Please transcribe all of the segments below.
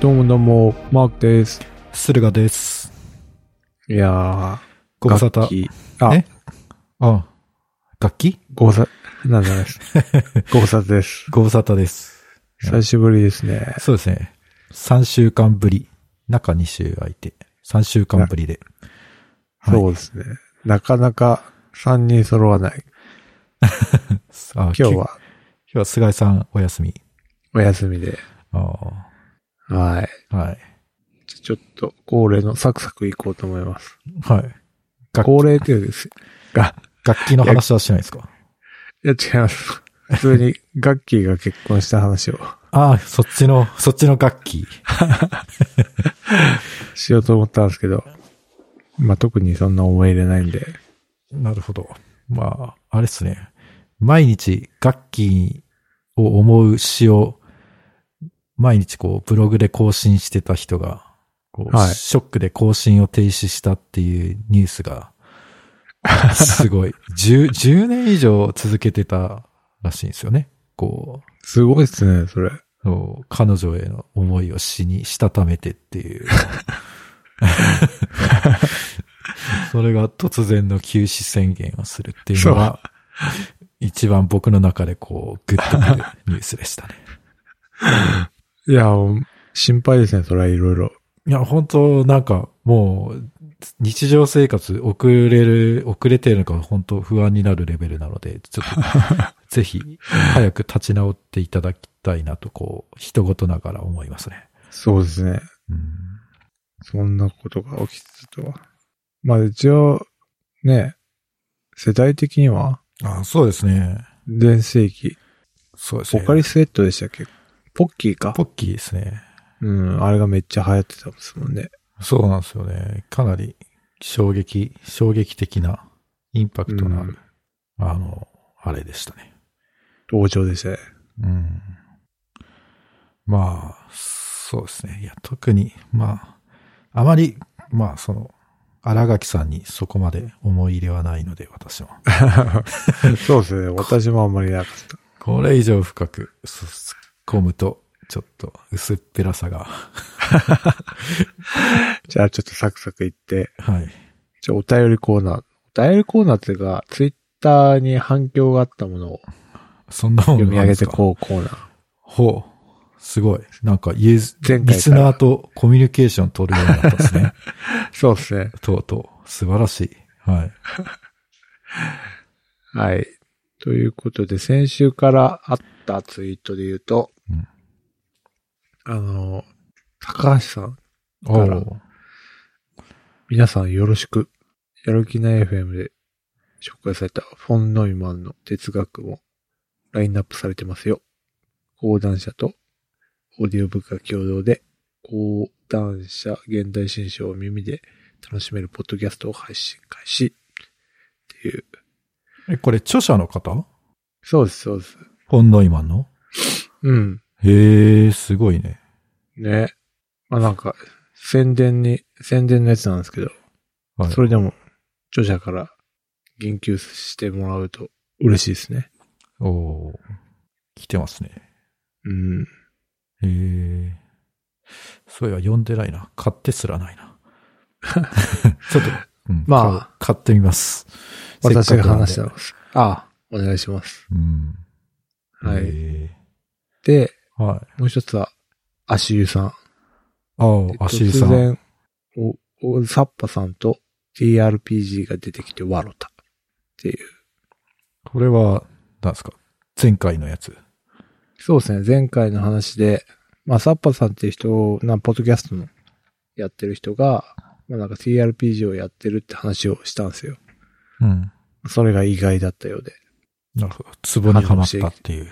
どうもどうも、マークです。駿河です。いやー、ご無沙汰楽器あえ、あ楽器ご無沙汰、なんだね。 ご無沙汰です。ご無沙汰です。久しぶりですね。そうですね。3週間ぶり。中2週空いて。3週間ぶりで。はいそうですね。なかなか3人揃わない。あ今日。き今は日は菅井さんお休み。お休みで。あはい。ーはい。じゃちょっと恒例のサクサクいこうと思います。はい。楽器恒例というです。が、楽器の話はしないですかいや違います。普通にガッキーが結婚した話をああ、そっちの、そっちの楽器。しようと思ったんですけど、まあ特にそんな思い入れないんで。なるほど。まあ、あれですね。毎日楽器を思う詩を、毎日こう、ブログで更新してた人が、こう、はいショックで更新を停止したっていうニュー スが、すごい。10、10年以上続けてたらしいんですよね。こすごいですね、それ。う、そう彼女への思いを詩にしたためてっていう。 それが突然の休止宣言をするっていうのが、一番僕の中でこう、グッとくるニュースでしたね。いや、心配ですね、それはいろいろ。 いや、本当なんか、もう、日常生活遅れる、遅れてるのか本当不安になるレベルなので、ちょっ と、ぜひ、早く立ち直っていただきたいなと、こう、人事ながら思いますね。そうですね。うん、そんなことが起きてたとは。まあ一応、ね、世代的には、あそうですね。全盛期。そうですポね。カリスエットでしたっけポッキーかポ。ッキーですね。うん、あれがめっちゃ流行ってたんですもんね。そうなんですよね。かなり衝撃、衝撃的なインパクトのある、あの、あれでしたね。登場でしたね。うん。まあ、そうですね。いや、特に、まあ、あまり、まあ、その、新垣さんにそこまで思い入れはないので、私も。 そうですね。 私もあんまりなかった。これ以上深くす突っ込むと、ちょっと薄っぺらさが、じゃあちょっとサクサクいって、はい。じゃあお便りコーナー。お便りコーナーっていうか、ツイッターに反響があったものをそんなもん読み上げてう。こうコーナー。ほう。すごい。なんか、ゆず前回からリスナーとコミュニケーション取るようになったんで すね。そうですね。とうとう。素晴らしい。はい。はい。ということで、先週からあったツイートで言うと、うんあの、高橋さん、おからう皆さんよろしく。やる気ない FM で紹介されたフォン・ノイマンの哲学もラインナップされてますよ。講談社とオーディオブックが共同で、講談社現代新書を耳で楽しめるポッドキャストを配信開始。っていう。え、これ、著者の方そうです、そうです。ホンノイマンのうん。へえ、すごいね。ね。まあなんか、宣伝に、宣伝のやつなんですけど、はいそれでも、著者から言及してもらうと嬉しいですね。おおー来てますね。うん。へえ。そういえば読んでないな。買ってすらないな。 ちょっと、うんま買う買ってみます。私が話しせてっかます。ああ、お願いします。くなんで。うん。はい。へで、ーはい。もう一つは、足湯さん。ああ、足湯さ突ん。然、お、お、サッパさんと TRPG が出てきて笑った。っていう。これは、なんですか前回のやつ。そうですね。前回の話で、まあ、サッパさんっていう人な、ポッドキャストのやってる人が、まあ、なんか TRPG をやってるって話をしたんですよ。うん。それが意外だったようで。なるほど。ツボにはまったっていう。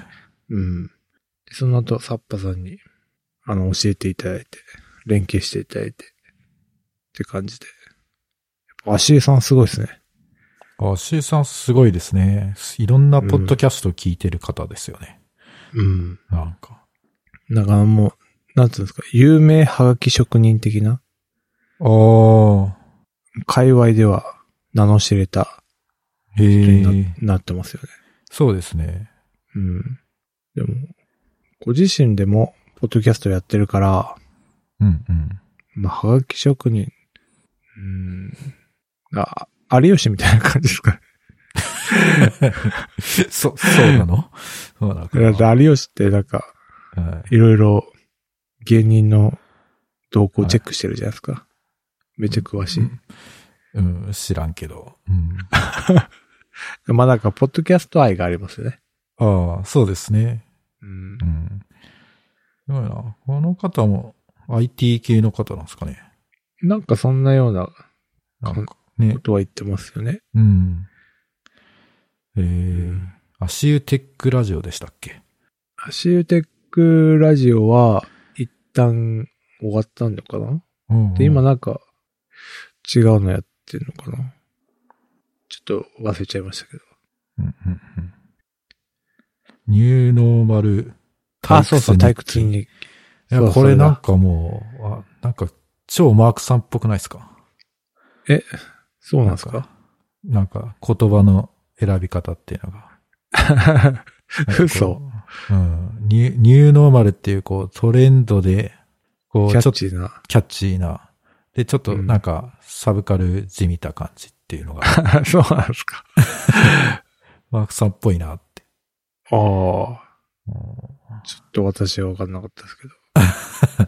うん。でその後、サッパさんに、あの、教えていただいて、連携していただいて、って感じで。やっぱ、足湯さんすごいですね。足湯さんすごいですね。いろんなポッドキャストを聞いてる方ですよね。うん。なんか。だからもう、なんつうんですか、有名はがき職人的な、ああ。界隈では名の知れたへ人にな,、え。なってますよね。そうですね。うん。でも、ご自身でも、ポッドキャストやってるから、うんうん。まあ、はがき職人。うん。あ、有吉みたいな感じですか。 そ、そうなのそうなのかなだって有吉ってなんか、はいろいろ芸人の動向チェックしてるじゃないですか。めっちゃ詳しい。いうん、知らんけど。うん。 まあなんか、ポッドキャスト愛がありますよね。ああ、そうですね。うんう。ん。すごいな。この方も IT 系の方なんですかね。なんかそんなようななんかねこ。とは言ってますよね。うん。えうーん、足湯テックラジオでしたっけ足湯テックラジオは一旦終わったのかなうんで、今なんか違うのやってるのかなちょっと忘れちゃいましたけど。うんうんうんニューノーマルあ、そうそう、退屈に。いに。いや、そうこそれれだなんかもう、あなんか超マークさんっぽくないですかそうなんですかなんか言葉の選び方っていうのが。なんかこ う嘘。うんニュー。ニューノーマルっていうこうトレンドで、こうキちょャっとッキチーな。ャッチーな。で、ちょっとうんなんかサブカルじみた感じっていうのが、 そうなんですか。マークさんっぽいなって。ああ、うんちょっと私は分かんなかったですけど。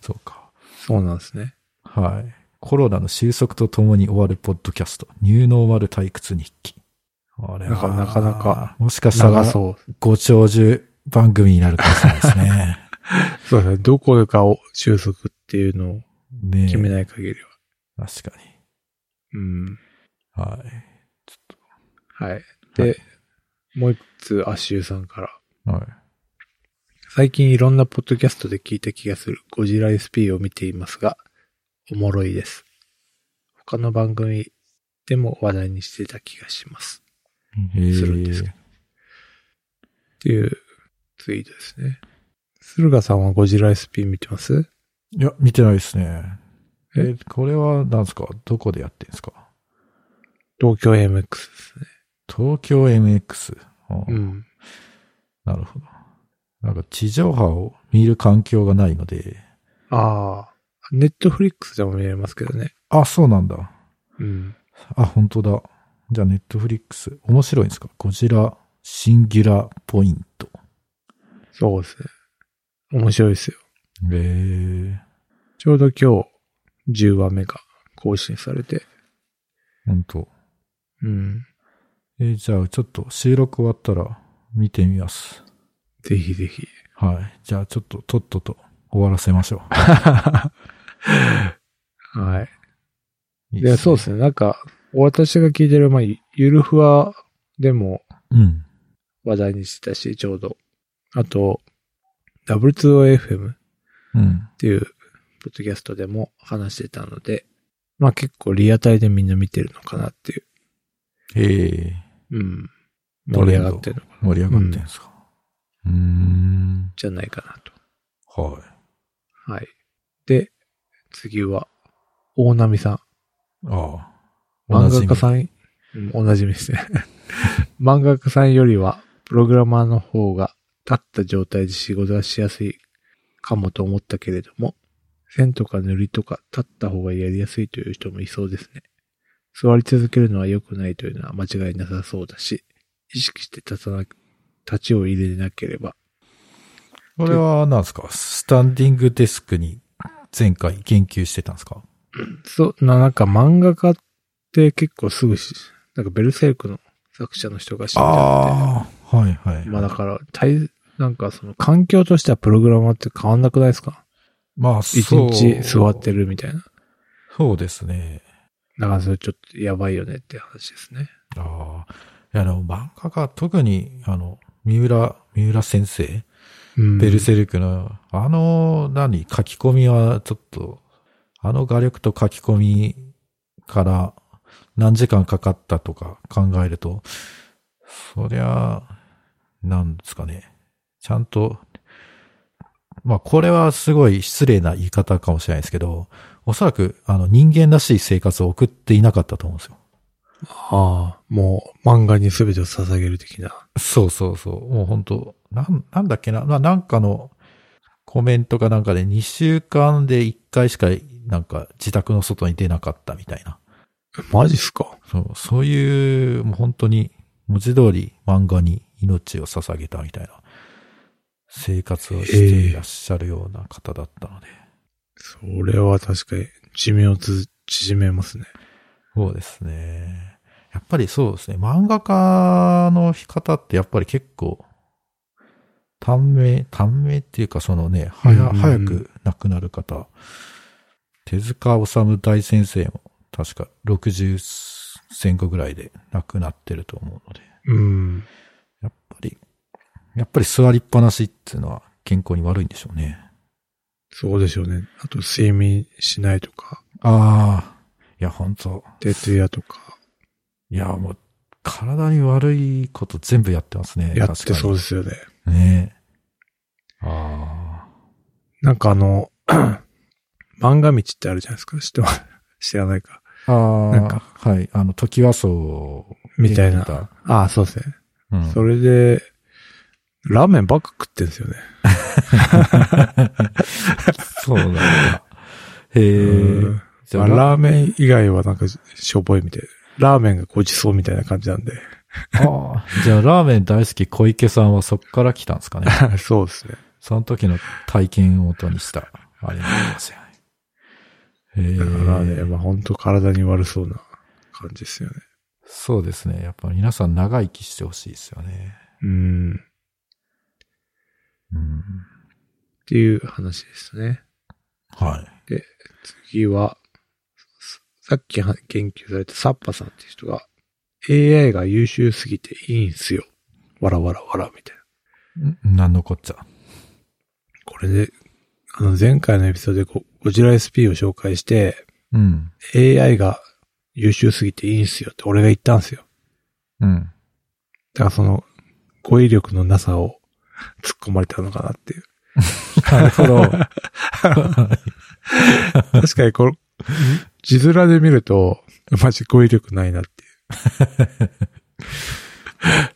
そうか。そうなんですね。はい。コロナの収束とともに終わるポッドキャスト。ニューノーマル退屈日記。これはなんかなかなか。もしかしたら長、そう。ご長寿番組になるかもしれな いですね。そうですね。どこかを収束っていうのをねえ決めない限りは。確かうん。に。はい。はい。で、もう一つ、アッシューさんから。はい。最近いろんなポッドキャストで聞いた気がするゴジラ SP を見ていますが、おもろいです。他の番組でも話題にしてた気がします。えーするんですけど。っていうツイートですね。駿河さんはゴジラ SP 見てますいや、見てないですね。ええこれは何ですかどこでやってんですか東京 MX ですね。東京 MX。あーうん。なるほど。なんか地上波を見る環境がないので、ああ。ネットフリックスでも見れますけどね。あ、そうなんだ。うん。あ、本当だ。じゃあ、ネットフリックス。面白いんですかゴジラ、シンギュラポイント。そうですね。面白いですよ。へえ。ちょうど今日、10話目が更新されて。本当。うん。えーじゃあ、ちょっと収録終わったら見てみます。ぜひぜひ。はい。じゃあ、ちょっと、とっとと終わらせましょはい。う。いや、そううですね。なんか、私が聞いてる、まあ、ゆゆるふわでもうん。話題にしてたし、ちょうど。あと、W2OFM っうん。ていう、ポッドキャストでも話してたので、まあ結構リアタイでみんな見てるのかなっていう。へえ。うん。ト盛りレン上ドがってるのか盛り上がってんですか。うーん。じゃないかなはと。はい。で、次は、大波さん。い。ああ。漫画家さん、うんおなじみですね。漫画家さんよりは、プログラマーの方が立った状態で仕事がしやすいかもと思ったけれども、線とか塗りとか立った方がやりやすいという人もいそうですね。座り続けるのは良くないというのは間違いなさそうだし、意識して立たな、立ちを入れなければ。おなじみ。これは何ですかスタンディングデスクに前回言及してたんですかそう、な、なんか漫画家って結構すぐし、なんかベルセルクの作者の人が死んじゃって。ああ。はいはい。まあだから、大、なんかその環境としてはプログラマーって変わんなくないですかまあ、一そう日座って。るみたいな。そうですね。だからそれちょっとやばいよねって話ですね。ああ。いや、でも漫画家、特に、あの、三浦、三浦先生、うんベルセルクの、あの、何、書き込みは、ちょっと、あの画力と書き込みから何時間かかったとか考えると、そりゃ、なんですかね。ちゃんと、まあ、これはすごい失礼な言い方かもしれないですけど、おそらく、あの、人間らしい生活を送っていなかったと思うんですよ。ああ、もう漫画に全てを捧げる的な。そうそうそう。もう本当なん、なんだっけな、まあなんかの、コメントがなんかで2週間で1回しかなんか自宅の外に出なかったみたいな。マジっすかそう、そういう、もう本当に文字通り漫画に命を捧げたみたいな生活をしていらっしゃるような方だったので。それは確かに寿命をつ縮めますね。そうですね。やっぱりそうですね。漫画家の方ってやっぱり結構、短命、短命っていうかそのね、はうんうんや、うん早く亡くなる方。手塚治虫大先生も確か60前後ぐらいで亡くなってると思うので。うん。やっぱり、やっぱり座りっぱなしっていうのは健康に悪いんでしょうね。そうでしょうね。あと、睡眠しないとか、ああ、いや本当徹夜とか、いやもう、体に悪いこと全部やってますね。やってそううですよね。ねえ。あなんかあの、 漫画道ってあるじゃないですか。知ってます知らないか。あ。ああ。なんかはい。あの、時はそう。みたいな。ああ、そうですね。うん。それで、ラーメンばっか食ってんですよね。そうなんだ。へえ。うんじゃまああ、ララーメン以外はなんかしょぼいみたいな。ラーメンがごちそうみたいな感じなん で。あーじゃあラーメン大好き小池さんはそっから来たんですかね。そうですね。その時の体験をもとにした、あれなんですよね。へだからね、ーまあ本当体に悪そうな感じですよね。そうですね。やっぱ皆さん長生きしてほしいですよね。うん。っうん。ていう話ですね。はい。次は、ささっきは研究されたサッパさんっていう人が、AI が優秀すぎていいんすよ。わらわらわら、みたいな。んなんのこっちゃ。これで、あの前回のエピソードでゴゴジラ SP を紹介して、うん。 AI が優秀すぎていいんすよって俺が言ったんすよ。うん。だからその、語彙力のなさを突っ込まれたのかなっていう。なるほど。確かにこれ、字面で見ると、マジ語彙力ないなっていう。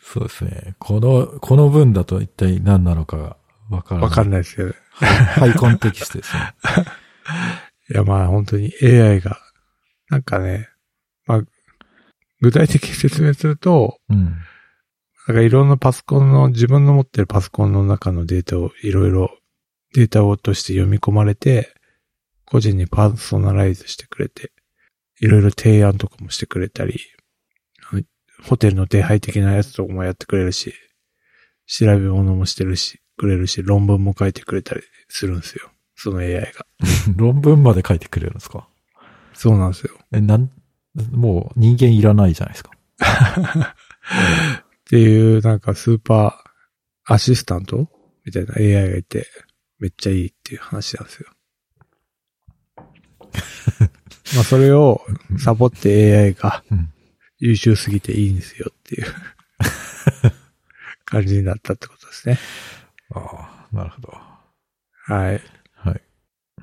そうですね。この、この文だと一体何なのかがわからない。わかる。んないですけどね。 はい、コンテキストですね。いやまあ本当に AI が、なんかね、まあ、具体的に説明すると、うん。 なんかいろんなパソコンの、自分の持ってるパソコンの中のデータをいろいろデータをとして読み込まれて、個人にパーソナライズしてくれて、いろいろ提案とかもしてくれたり、はいホテルの手配的なやつとかもやってくれるし、調べ物もしてるし、くれるし、論文も書いてくれたりするんですよ。その AI が。論文まで書いてくれるんですかそうなんですよ。え、なん、もう人間いらないじゃないですか。っていう、なんかスーパーアシスタントみたいな AI がいて、めっちゃいいっていう話なんです よ。まあそれをサボって AI がうん優秀すぎていいんですよっていう感じになったってことですね。ああ、なるほど。はい。はい。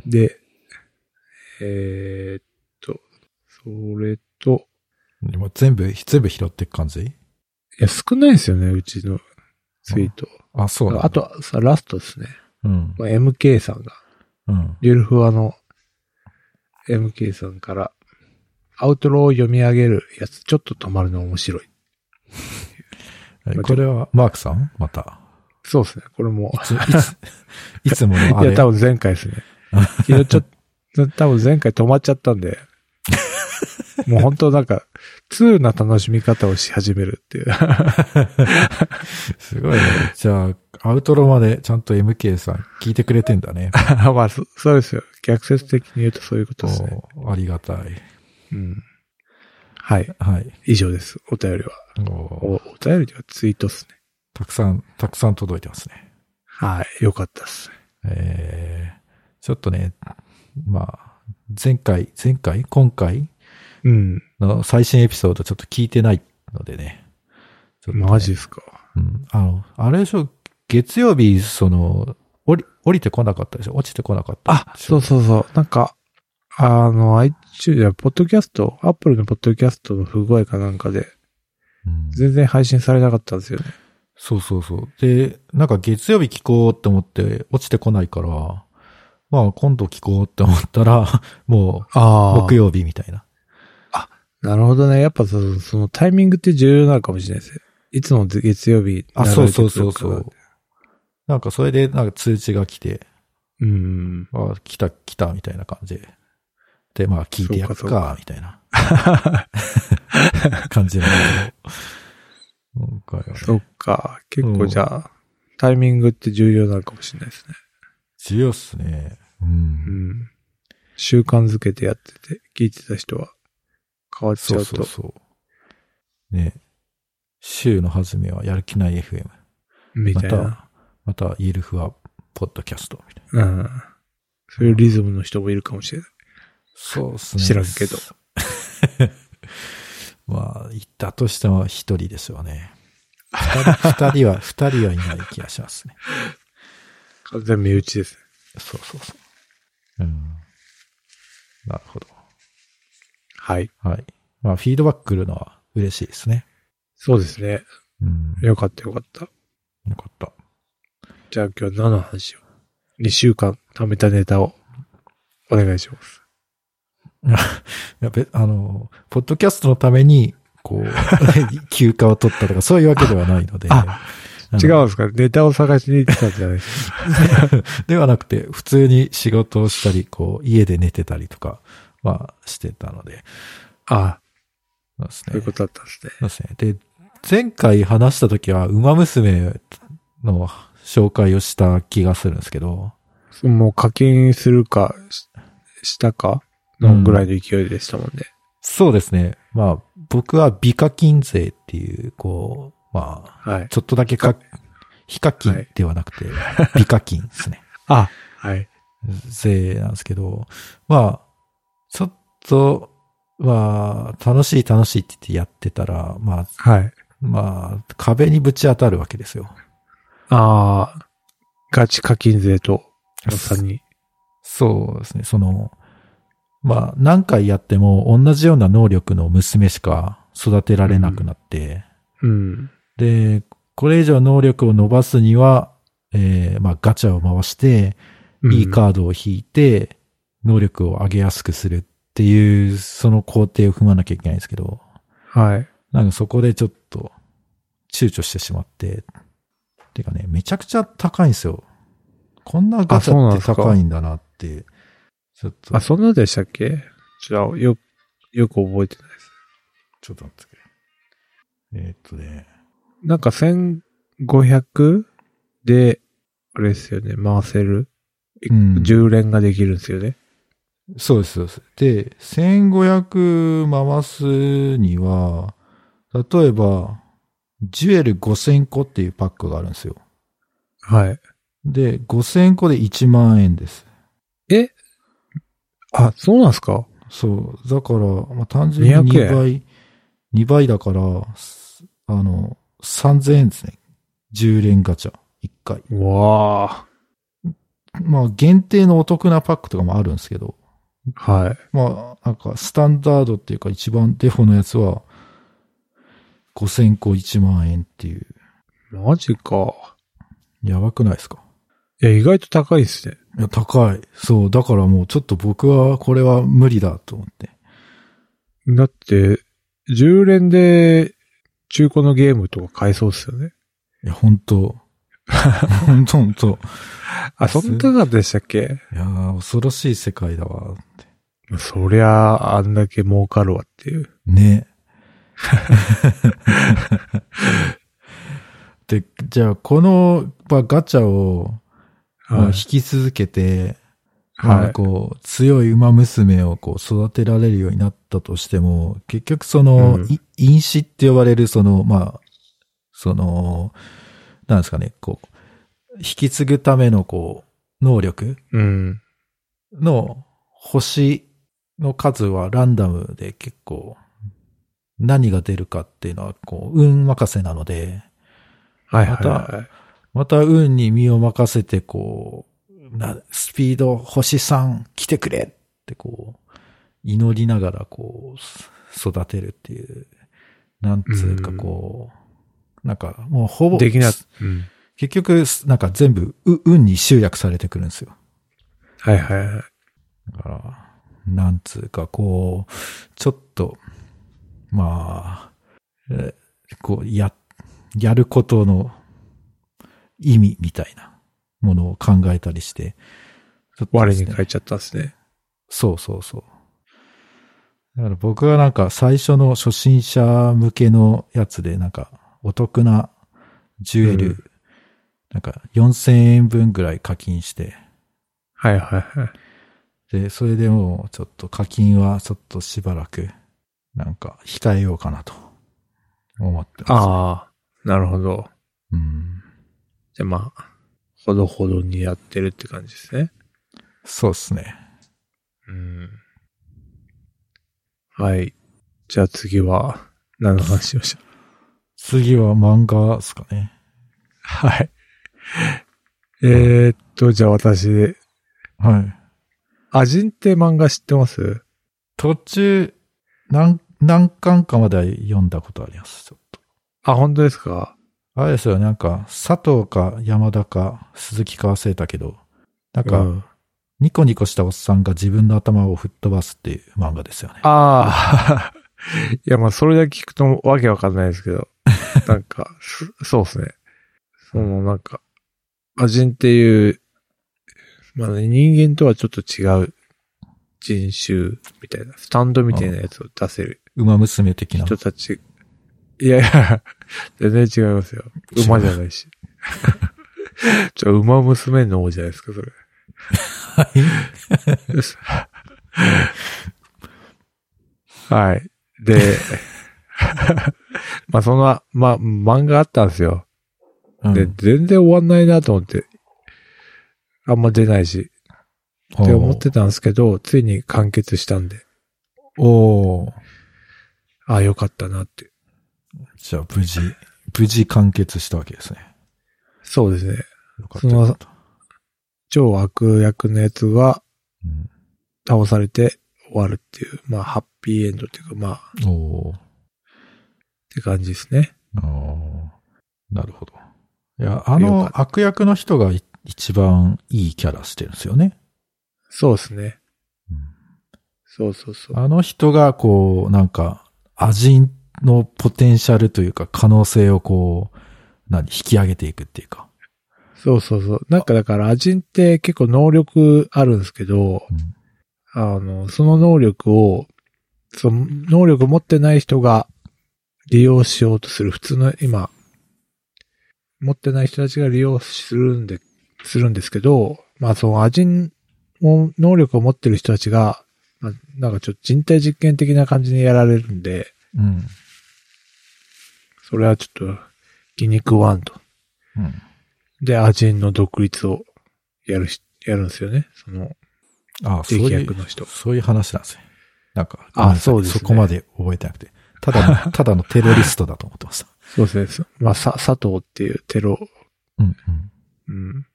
で、えーっと、それと、もう全部、全部拾っていく感じいや、少ないですよね、うちのツイート。あ、そうだ。あ、とさ、ラストですね。うん。まあ MK さんがうん。ゆるふわの MK さんから、アウトローを読み上げるやつ、ちょっと止まるの面白い。えこれは、マークさんまた。そうですね。これもい、つ、い つ、いつものあいれ。や、多分前回 ですね。いや、ちょっと、多分前回止まっちゃったん で、もう本当なんか、ツールな楽しみ方をし始める っていう。すごいね。じゃあ、アウトロまでちゃんと MK さん聞いてくれてんだね。まあそ、そうですよ。逆説的に言うとそういうことですね。おありがたい。うん。はい。はい。以上です。お便りは。おおお便りではツイートですね。たくさん、たくさん届いてますね。はい。よかったっすね。えー、ちょっとね、まあ、前回、前回今回うん。の最新エピソードちょっと聞いてないのでね。ちょっとねマジですか。うん。あの、あれでしょ、月曜日、その、降り、降りてこなかったでしょ落ちてこなかったあ、そうそうそう。なんか、あの、iTunes や、ポッドキャスト、Apple のポッドキャストの不具合かなんかで、うん。全然配信されなかったんですよね。そうそうそう。で、なんか月曜日聞こうって思って落ちてこないから、まあ今度聞こうって思ったら、もうあ木曜日みたいな。なるほどね。やっぱその、そのタイミングって重要なのかもしれないですね。いつも月曜日あ、流れてそうくるかそらうそうそう。なんかそれでなんか通知が来て、うん。あ、来た来たみたいな感じで。で、まあ聞いてやるそうかそうか、みたいな感じなんだけど。なんかよねそっか。結う構んじゃあ、タイミングって重要なのかもしれないですね。重要っすね。うんうん。習慣づけてやってて、聞いてた人は変わっちそゃううと。そうそう。ね週の初めはやる気ない FM。みまたいな。た、また、イルフは、ポッドキャストみたいな。うん。そういうリズムの人もいるかもしれない。そうっすね。知らんけど。 まあ、行ったとしても一人ですよね。二人二人は、二人はいない気がしますね。完全身内ですね。そうそうそう。うん。なるほど。はい。はい。まあ、フィードバック来るのは嬉しいですね。そうですね。うん。よよかったよかった。かった。じゃあ今日は何の話を ?2 週間貯めたネタをお願いします。やべ、あの、ポッドキャストのために、こう、 休暇を取ったとか、そういうわけではないので。ああの違うんですかネタを探しに行ってたんじゃないですか ではなくて、普通に仕事をしたり、こう、家で寝てたりとかはしてたので、 ああ、そうですね。そういうことだったんですね。そうですね。で、前回話した時は、馬娘の紹介をした気がするんですけど、そうもう課金するかし、したかのぐらいの勢いでしたもんね。そうですね。まあ、僕は美課金税っていう、こう、まはいあ、。ちょっとだけか、非課金ではなくて、美課金ですね。あ、はい。税なんですけど、まあ、ちょっと、まあ、楽しい楽しいって言ってやってたら、まあ、はい。まあ、壁にぶち当たるわけですよ。ああ、ガチ課金税と、おさんに。そうですね、その、まあ、何回やっても同じような能力の娘しか育てられなくなって、うん。で、これ以上能力を伸ばすには、えーまあ、ガチャを回して、いいうん。カードを引いて、能力を上げやすくするっていう、その工程を踏まなきゃいけないんですけど、はい。なんかそこでちょっと、躊躇してしまって。てかね、めちゃくちゃ高いんですよ。こんなガチあそうなんャっでてすか高いんだなって。ちょっと、あ、そんなでしたっけちょっとよ、よく覚えてないです。ちょっと待ってくれ。えーっとね、なんか1500で、あれですよね、回せる。うん10連ができるんですよね。そうです、そうです。で、1500回すには、例えば、ジュエル5000個っていうパックがあるんですよ。はい。で、5000個で1万円です。えあ、そうなんすかそう。だから、まあ、単純に200 2円倍、2倍だから、すあの、3000円ですね。10連ガチャ、1回。わまあ、限定のお得なパックとかもあるんですけど、あ。はい。まあ、なんか、スタンダードっていうか、一番デフォのやつは、5000個1万円っていう。マジか。やばくないですかいや、意外と高いですね。いや、高い。そう。だからもう、ちょっと僕は、これは無理だと思って。だって、10連で中古のゲームとか買えそうですよね。いや、本 当本当本当あ、そんな高かったでしたっけいやー、恐ろしい世界だわって。そりゃあ、あんだけ儲かるわっていう。ね。で、じゃあ、この、まあ、ガチャを、まあは引い。き続けて、まはあい。こう、強い馬娘をこう育てられるようになったとしても、結局その、うんい因子って呼ばれる、その、まあ、その、なんですかね、こう、引き継ぐための、こう、能力うん。の星の数はランダムで結構何が出るかっていうのはこう運任せなので、はいはいはまた運に身を任せてこう、なスピード星3来てくれってこう祈りながらこうす育てるっていう、なんつうかこう、なんか、もうほぼ、できな、すうん。結局、すなんか全部、う運に集約されてくるんですよ。はいはいはい。だから、なんつうか、こう、ちょっと、まあ、えこう、や、やることの意味みたいなものを考えたりして、ちょっとで我すねに変えちゃったんですね。そうそうそう。だから僕はなんか最初の初心者向けのやつでなんかお得なジュエル、うんなんか4000円分ぐらい課金して、はいはいはい。で、それでもうちょっと課金はちょっとしばらくなんか控えようかなと思ってます。ああ、なるほど。うん、じゃあまあ、ほどほどにやってるって感じですね。そうですね。うん。はい。じゃあ次は、何の話をしまし次は漫画ですかね。た はい。えー、っと、じゃあ私で、はい。アジンって漫画知ってます途中、何、何巻かまでは読んだことあります。ちょっとあ、本当ですかあれですよ、なんか、佐藤か山田か鈴木か忘れたけど、なんか、うん、ニコニコしたおっさんが自分の頭を吹っ飛ばすっていう漫画ですよね。ああ、 いや、まあ、それだけ聞くとわけわかんないですけ ど、なんか、そそうですね。その、なんか、アジンっていう、まあ、ね、人間とはちょっと違う人種みたいな、スタンドみたいなやつを出せる馬娘的な。人たち。いやいや、全然違いますよ。違う馬じゃない し。ちょ、馬娘の王じゃないですか、それ。はい。で、 まあそんな、まあ漫画あったんですよ。 うんで、全然終わんないなと思って。あんま出ないし。って思ってたんですけど、ついに完結したんで、おーおーああよかったなって。じゃあ無事、無事完結したわけですね。そうですね。よかったよかった。超悪役のやつがうん倒されて終わるっていう、まあハッピーエンドっていうか、まあ、っおーて感じですね。あーなるほど。いや、あの悪役の人がい一番いいキャラしてるんですよね。そうですね。うんそうそうそう。あの人がこう、なんか、アジンのポテンシャルというか可能性をこう、何、引き上げていくっていうか。そうそうそう。なんかだから、アジンって結構能力あるんですけど、うんあの、その能力を、その能力を持ってない人が利用しようとする普通の今、持ってない人たちが利用するんで、するんですけど、まあそのアジンを能力を持ってる人たちが、まあ、なんかちょっと人体実験的な感じにやられるんで、うん。それはちょっと気に食わんと。うん。で、アジンの独立をやるし、やるんですよね。その、ああ、そう敵い役う、の人。そういう話なんですね。なんか、あごめんなさいそうですねそこまで覚えてなくて。ただの、ただのテロリストだと思ってました。そうですね。まあ、さ、佐藤っていうテロうん、うん。うん。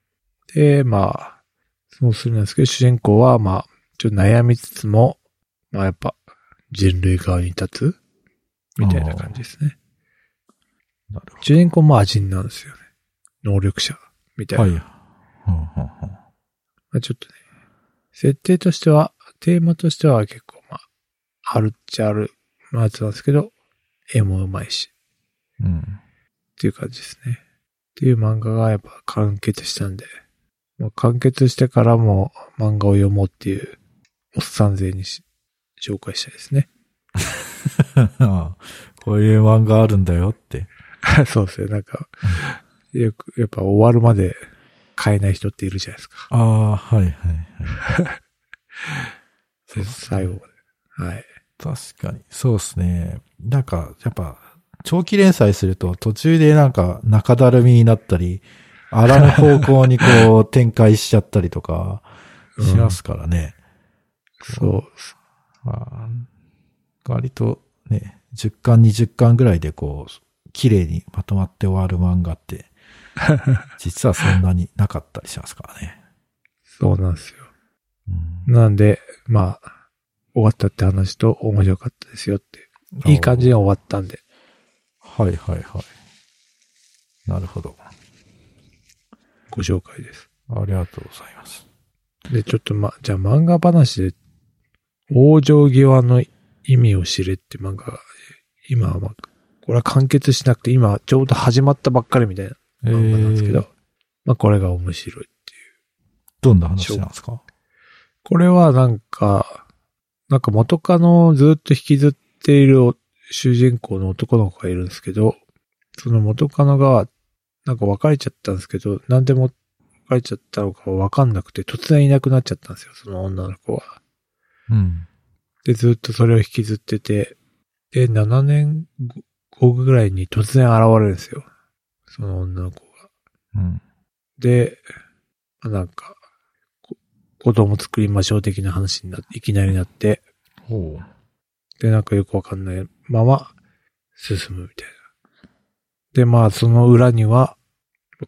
で、まあ、そうするんですけど、主人公は、まあ、ちょっと悩みつつも、まあやっぱ、人類側に立つみたいな感じですね。なるほ主人公もアジンなんですよね。能力者みたいど。な。はい。うん、うん、うん。まあちょっとね、設定としては、テーマとしては結構、まあ、あるっちゃある、まあ、やつなんですけど、絵もうまいし、うん。っていう感じですね。っていう漫画がやっぱ完結したんで、もう完結してからも漫画を読もうっていう、おっさん勢にし紹介したいですね。 ああこういう漫画あるんだよって。そうですね。なんか、よく、やっぱ終わるまで買えない人っているじゃないですか。ああ、はい、はい、はい。最後まで。はい。確かに。そうですね。なんか、やっぱ、長期連載すると途中でなんか中だるみになったり、荒の方向にこう展開しちゃったりとかうんしますからね。そう。まあ、割とね、10巻20巻ぐらいでこう、綺麗にまとまって終わる漫画って、実はそんなになかったりしますからね。そうなんですよ。うんなんで、まあ、終わったって話と面白かったですよって。いい感じで終わったんで。はいはいはい。なるほど。ご紹介です。ありがとうございます。で、ちょっとま、じゃあ漫画話で、往生際の意味を知れって漫画が、今はまあ、これは完結しなくて、今ちょうど始まったばっかりみたいなえ漫画なんですけど、ー、まあこれが面白い。どんな話なんですかこれはなんか、なんか元カノをずっと引きずっている主人公の男の子がいるんですけど、その元カノが、なんか別れちゃったんですけど、なんでも別れちゃったのかわかんなくて、突然いなくなっちゃったんですよ、その女の子は。うん。で、ずっとそれを引きずってて、で、7年後ぐらいに突然現れるんですよ。その女の子が。うん。で、まあなんか、こ子供作りましょう的な話になって、いきなりなって、ほう。で、なんかよくわかんないまま進むみたいな。で、まあその裏には、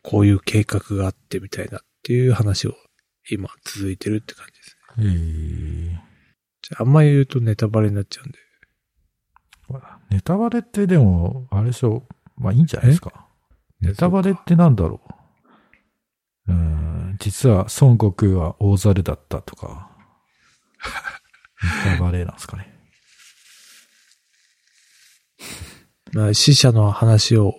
こういう計画があってみたいなっていう話を今続いてるって感じですね。えー、じゃああんまり言うとネタバレになっちゃうんで。ネタバレってでも、あれでしょ、まあいいんじゃないですか。えネタバレってなんだろう。うーん、実は孫悟空は大猿だったと か。ネタバレなんですかね。まあ死者の話を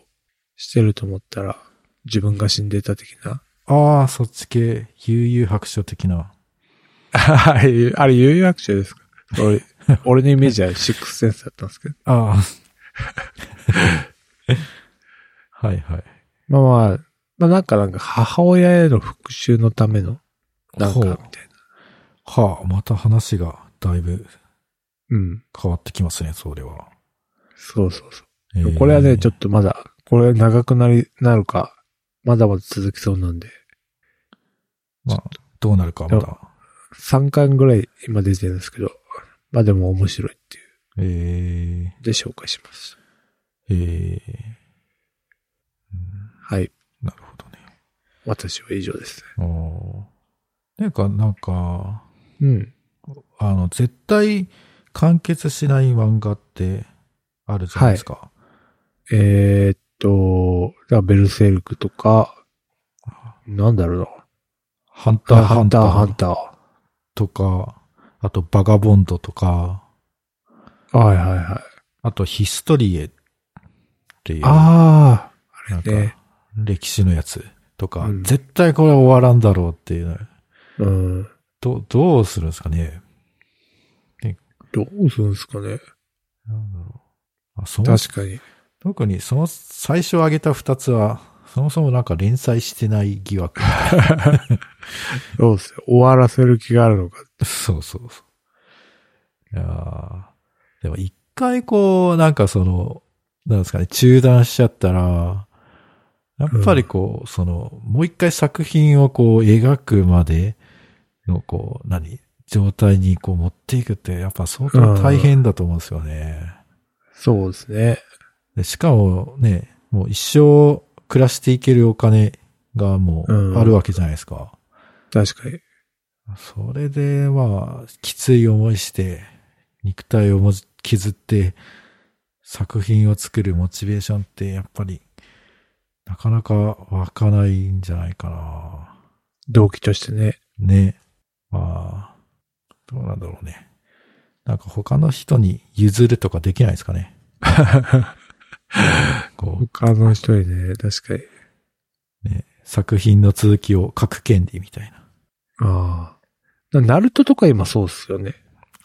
してると思ったら、自分が死んでた的な。ああ、そっち系、悠々白書的な。 あれ、あれ、有遊白書ですか俺、俺のイメージはシックスセンスだったんですけど。ああ。はいはい。まあまあ、まあなんかなんか母親への復讐のための、なんか、ほみうたいな。はあ、また話がだいぶうん。変わってきますね、それは。そうそうそう。これはね、ちょっっとまだ、これ長くなり、なるか、まだまだ続きそうなんで、と。まあ、どうなるかまだ。 3巻ぐらい今出てるんですけど、まあでも面白いっていえーう、で紹介しました。えーうんはい。なるほどね私は以上ですおー。なんか、なんか、ね。うん。あの、絶対完結しない漫画ってあるじゃないですか。えーっと、だからベルセルクとか、なんだろうな。ハンター、ハハンンタター、ー、ハンター。とか、あと、バガボンドとか、はいはいはい。あと、ヒストリエっていう、あなんかね、歴史のやつとか、うん絶対これ終わらんだろうっていうの。あ、うん。ど、どうするんですかねどうするんですかね。なんだろう。あ、そも確かに。特にその最初挙げた二つは、そもそもなんか連載してない 疑惑。どうする終わらせる気があるのか。そうそうそう。いやーでも一回こう、なんかその、なんですかね、中断しちゃったら、やっぱりこう、その、もう一回作品をこう描くまでのこう、何状態にこう持っていくって、やっぱ相当大変だと思うんですよね。そうですね。でしかもね、もう一生暮らしていけるお金がもうんうあるわけじゃないですか。確かに。それで、まあ、きつい思いして、肉体をもじ削って、作品を作るモチベーションって、やっぱり、なかなか湧かないんじゃないかな。動機としてね。ね。まあ、どうなんだろうね。なんか他の人に譲るとかできないですかね。こ他の人にね、確かに。う、ね、作品の続きを書く権利みたいああ。なナルトとか今そうっすよね。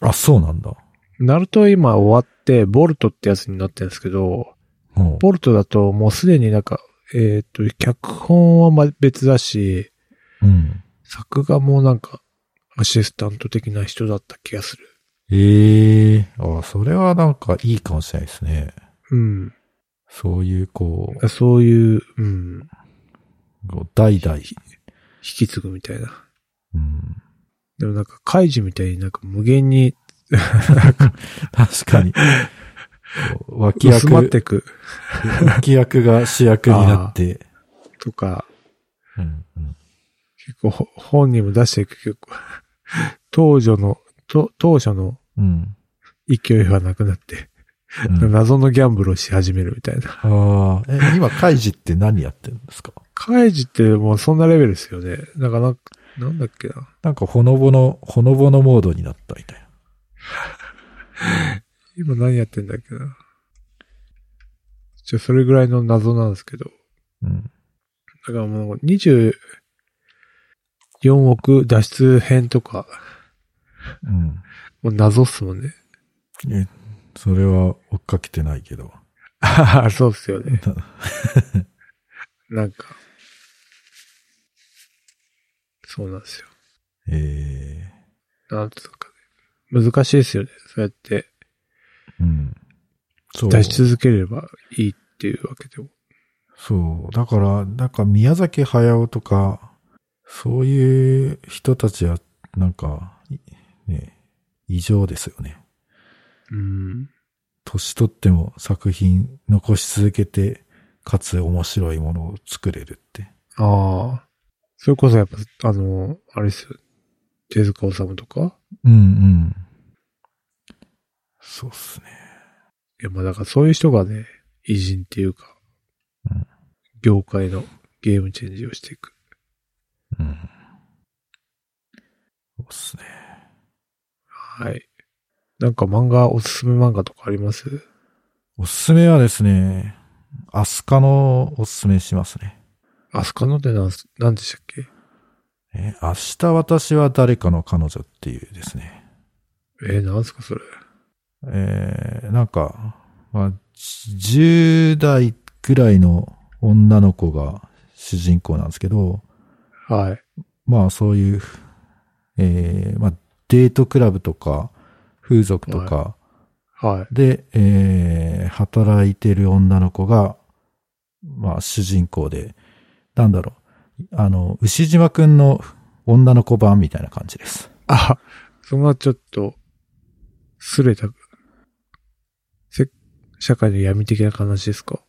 な。あ、そうなんだ。ナルトは今終わって、ボルトってやつになってるんですけど、もボルトだともうすでになんか、えっ、と、脚本はま別だし、う。うん。作画もなんか、アシスタント的な人だった気がする。ええあ、それはなんかいいかもしれないですね。うん。そういう、こう、そういう、うん、こう代々、引き継ぐみたいな。うん。でもなんか、カイジみたいになんか無限に確かに。こう脇薄役、まってく脇役が主役になって、とか、うんうん結構ほ本人も出していく結構、当初の、と当初のうん。勢いはなくなって、うん謎のギャンブルをし始めるみたいな。ああ、え、今、カイジって何やってるんですかカイジってもうそんなレベルですよね。だからなんか、なんだっけな。なんか、ほのぼの、ほのぼのモードになったみたいな。今何やってんだっけな。じゃそれぐらいの謎なんですけど。うん。だからもう24億脱出編とか、うん。もう謎っすもんね。え、それは追っかけてないけど。ああ、そうっすよね。なんか。そうなんですよ。えなんつうかね。難しいですよね。そうやってえうん。そう。出し続ければいいっていうわけでも。そう。だから、なんか宮崎駿とか、そういう人たちは、なんか、いね、異常ですよね。うん。年取っても作品残し続けて、かつ面白いものを作れるって。ああ。それこそやっぱ、あの、あれっすよ。手塚治虫とかうんうん。そうっすね。いや、まあだからそういう人がね、偉人っていうか、うん業界のゲームチェンジをしていく。うん。そうっすね。はい。なんか漫画、おすすめ漫画とかありますおすすめはですね、アスカのおすすめしますね。アスカのってなんす、なんでしたっけえ、明日私は誰かの彼女っていうですね。えー、なんすかそれ。えーなんか、まあ、じ10代くらいの女の子が主人公なんですけど、はい。まあそういう、えーまあデートクラブとか、風俗とかはい。で、えー働いてる女の子が、まあ主人公で、なんだろう、あの、牛島くんの女の子版みたいな感じです。あ、そんなちょっと、すれた、せ、社会の闇的な話ですか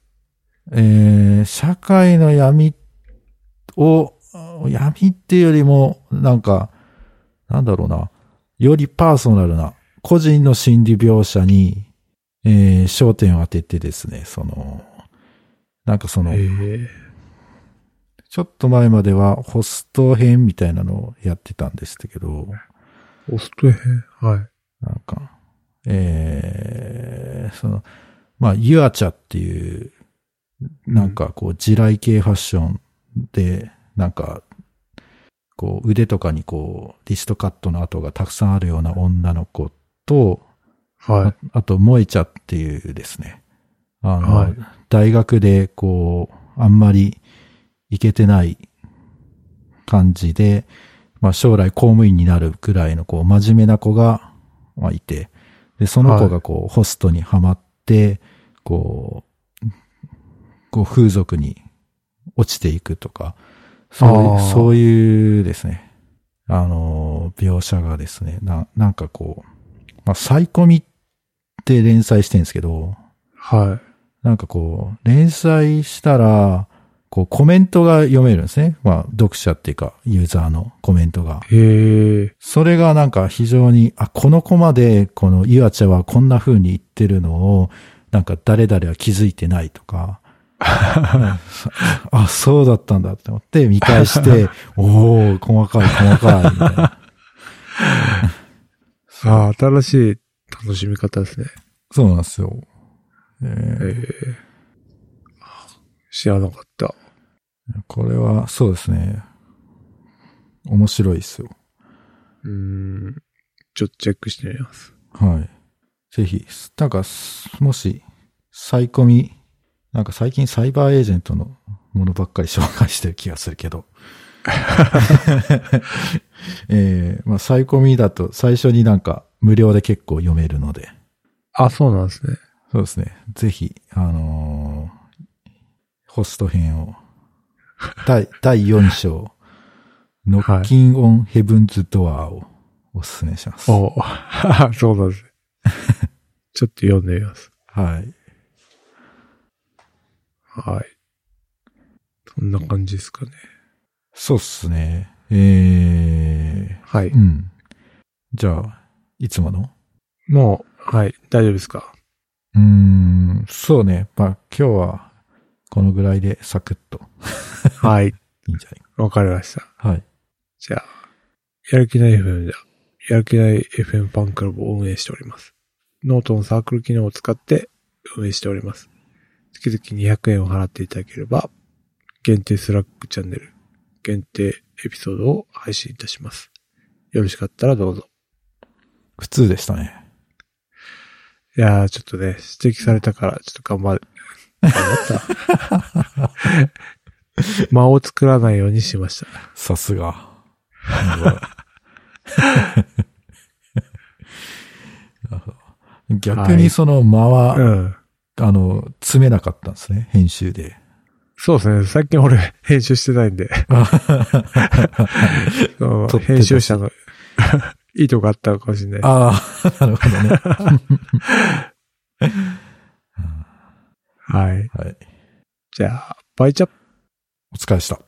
えー社会の闇を、闇っていうよりも、なんか、なんだろうな、よりパーソナルな、個人の心理描写に、えー焦点を当ててですね、その、なんかその、ええちょっと前まではホスト編みたいなのをやってたんですけど、オストへはい。なんか、えー、その、まあ、ユアチャっていう、なんかこう、地雷系ファッションで、なんか、こう、腕とかにこう、リストカットの跡がたくさんあるような女の子と、はい。ああと、萌えちゃっていうですね、あの、はい大学でこう、あんまりいけてない感じで、まあ将来公務員になるくらいのこう、真面目な子が、まあいて、で、その子がこう、ホストにはまって、こう、こう、風俗に落ちていくとか、そうあいーう、そういうですね、あのー、描写がですね、な、なんかこう、まあ、サイコミって連載してるんですけど、はなんかこう、連載したら、こう、コメントが読めるんですね。まあ、読者っていうか、ユーザーのコメントが。い。へえ。それがなんか非常に、あ、このコマで、このイワチャはこんな風に言ってるのを、なんか誰々は気づいてないとか、あ、そうだったんだって思って見返して、おー、細かい細かい、みたいな。ああ、新しい楽しみ方ですね。そうなんですよ。えーええ。知らなかった。これは、そうですね。面白いですよ。うーん。ちょっとチェックしてみます。はい。ぜひ、なんか、すもし、サイコミ、なんか最近サイバーエージェントのものばっかり紹介してる気がするけど。 えーまあサイコミだと最初になんか無料で結構読めるので。あ、そうなんですね。そうですね。ぜひ、あのーホスト編を。第、 第4章、ノッキンオンヘブンズドアをおすすめします。おー そうなんですね。ちょっと読んでみます。はい。はい。そんな感じですかね。そうっすね。えはいー、う。ん。じゃあ、いつもの もう、はい、大丈夫ですかうーん、そうね。まあ今日はこのぐらいでサクッとはい。いいんじゃないわかりました。か。はい。じゃあ、やる気ない FM では、やる気ない FM ファンクラブを運営しております。ノートのサークル機能を使って運営しております。月々200円を払っていただければ、限定スラックチャンネル、限定エピソードを配信いたします。よろしかったらどうぞ。普通でしたね。いやー、ちょっとね、指摘されたから、ちょっと頑張る。頑張った。 間を作らないようにしました。さすが。 なるほどなるほど逆にその間は、うん。あの、詰めなかったんですね、編 集で。そうですね。最近俺、編集してないんで。その撮ってたし編集者の いいとこあったのかもしれない。ああ、なるほどね。はい。はい。じゃあ、バイチャップお疲れでした。